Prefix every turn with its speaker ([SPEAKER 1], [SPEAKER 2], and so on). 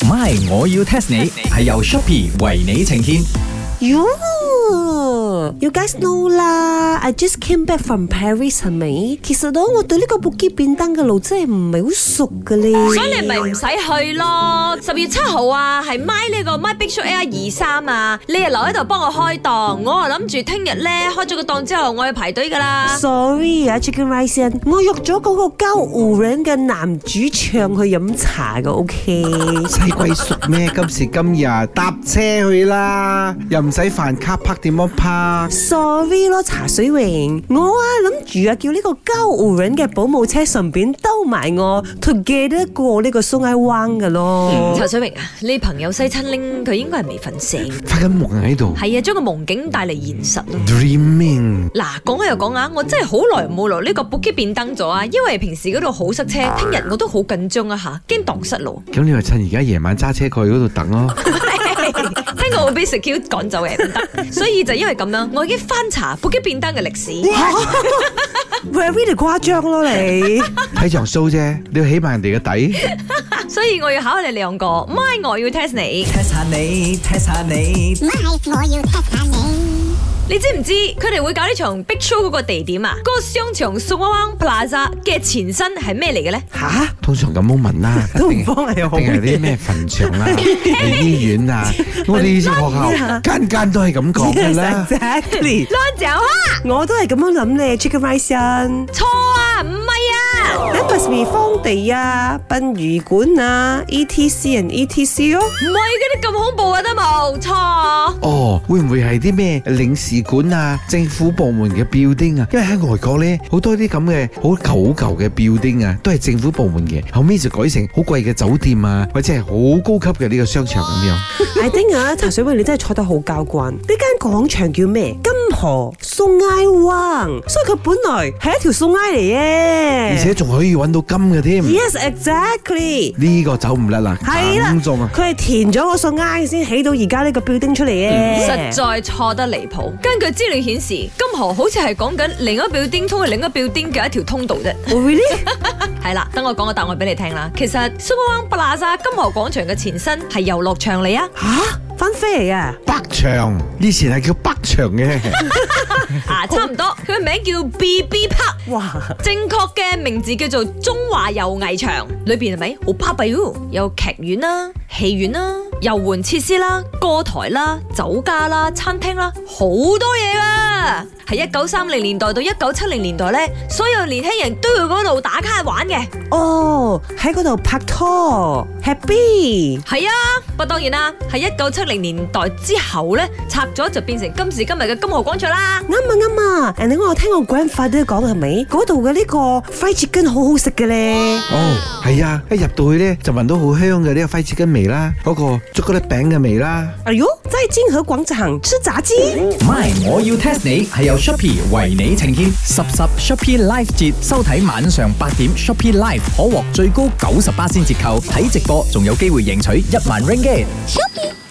[SPEAKER 1] MY，我要 test 你係由 Shopee 為你呈現。
[SPEAKER 2] You, you guys know 啦，I just came back from Paris 係咪？其實我我對呢個布基變燈嘅路真係唔係好熟嘅咧。
[SPEAKER 3] 所以你咪唔使去咯。十月七號啊，係 My 呢個 My Big Show Air 二三啊，你又留喺度幫我開檔，我啊諗住聽日咧開咗個檔之後，我要排隊噶啦。
[SPEAKER 2] Sorry 啊，Chicken Rice，Inn，我約咗嗰個交湖人嘅男主唱去飲茶嘅，OK？
[SPEAKER 4] 西歸宿咩？今時今日搭車去啦，又唔使煩卡拍點樣拍？
[SPEAKER 2] Sorry 咯，茶水榮，我啊諗住啊叫呢個交湖人嘅保姆車順便兜埋我 together 過呢個松埃灣嘅 咯。
[SPEAKER 3] 陳水榮啊，你朋友西親拎佢應該係未瞓醒，
[SPEAKER 4] 發緊夢喺度
[SPEAKER 3] 係啊，將個夢境帶嚟現實咯。
[SPEAKER 4] ，dreaming。
[SPEAKER 3] 嗱，講開又講啊，我真係好耐冇落呢個 b o o k 變燈咗啊，因為平時嗰度好塞車，聽日我都好緊張啊吓，驚蕩失路，
[SPEAKER 4] 咁你咪趁而家夜晚揸車過去嗰度等 咯。
[SPEAKER 3] 聽講我俾 secure 趕走嘅唔得，所以就因為咁樣，我已經翻查 b o o k 變燈嘅歷史。
[SPEAKER 2] Very 地誇張咯你。
[SPEAKER 4] 睇場 show 啫，你要起埋人哋嘅底。
[SPEAKER 3] 所以我要考你兩個，唔係我要 test 你。
[SPEAKER 1] test 下你，test 下你
[SPEAKER 5] My，我要 test 下你。
[SPEAKER 3] 你知唔知佢哋會搞呢場 Big Show 嗰個地點啊？嗰、個商場 s u p e r o n Plaza 嘅前身係咩嚟嘅咧？
[SPEAKER 2] 吓？
[SPEAKER 4] 通常咁樣問啦，
[SPEAKER 2] 都唔
[SPEAKER 4] 定
[SPEAKER 2] 幫你好
[SPEAKER 4] 定係啲咩墳場 啦、醫院啊，我哋以前學 校間間都係咁講嘅
[SPEAKER 2] Yes,
[SPEAKER 4] 啦。
[SPEAKER 2] exactly.
[SPEAKER 3] 安走啊！
[SPEAKER 2] 我都係咁樣諗你，Chicken Rice 啊，
[SPEAKER 3] 錯啊，唔係啊，
[SPEAKER 2] 你 must be à. 荒地啊、殯儀館啊、ETC E and ETC 咯。
[SPEAKER 3] 唔係嗰啲咁恐怖啊，都冇錯。
[SPEAKER 4] 哦，會唔會係啲咩領事館啊、政府部門嘅 building 啊？因為喺外國咧，好多啲咁嘅好舊好舊嘅 building 啊，都係政府部門嘅，後尾就改成好貴嘅酒店啊，或者係好高級嘅呢個商場 咁樣。
[SPEAKER 2] I think à, 啊，茶水妹你真係錯得好交關。呢間廣場叫咩？金河松埃灣，所以佢本來係一條松埃嚟嘅。
[SPEAKER 4] 而且仲可以揾到金嘅
[SPEAKER 2] à?
[SPEAKER 4] 添。
[SPEAKER 2] Yes, exactly。
[SPEAKER 4] 呢個走唔甩啦，
[SPEAKER 2] 係啦，
[SPEAKER 4] 咁重啊！
[SPEAKER 2] 佢係填咗個松埃先起到而家呢個 building 出嚟嘅。
[SPEAKER 3] 實在錯得離譜。根據資料顯示，金河好似係講緊另一個 building 通去另一個 building 嘅一條通道啫。
[SPEAKER 2] Oh, really？
[SPEAKER 3] 係啦，等我講個答案俾你聽啦。其實 s u p e r o n Plaza 金河廣場嘅前身係遊樂場嚟啊。
[SPEAKER 2] 吓，翻飛嚟啊！
[SPEAKER 4] 北牆以前係叫北 牆嘅，
[SPEAKER 3] 啊，差唔多，佢嘅名叫 B B Park，
[SPEAKER 2] 哇！
[SPEAKER 3] 正確嘅名字叫做中華遊藝場。裏邊係咪好巴閉喎？有劇院啦、戲院啦、遊玩設施啦、歌台啦、酒家啦、餐廳啦，好多嘢啊！喺一九三零年代到一九七零年代呢，所有年輕人都要嗰度打卡玩嘅。
[SPEAKER 2] 哦，喺嗰度拍拖，happy。
[SPEAKER 3] 係啊，不過當然啦，喺一九七零年代之後呢，拆咗就變成今時今日嘅金河廣場啦。
[SPEAKER 2] 啱啊啱啊，人哋我有聽我 grandfather 講係咪？嗰度嘅呢個 fried chicken 好好食嘅咧。
[SPEAKER 4] 哦，係啊，一入到去咧就聞到好香嘅呢個痱子根味啦，嗰、個朱古力餅嘅味啦。
[SPEAKER 2] 哎呦，在金河廣場吃炸雞。
[SPEAKER 1] ，MY，我要 test 你係由 Shopee 為你呈現。十十 Shopee Live 節收睇晚上八點，Shopee Live 可獲最高九十八先折扣，睇直播仲有機會贏取一萬 ringgit。
[SPEAKER 5] Shopee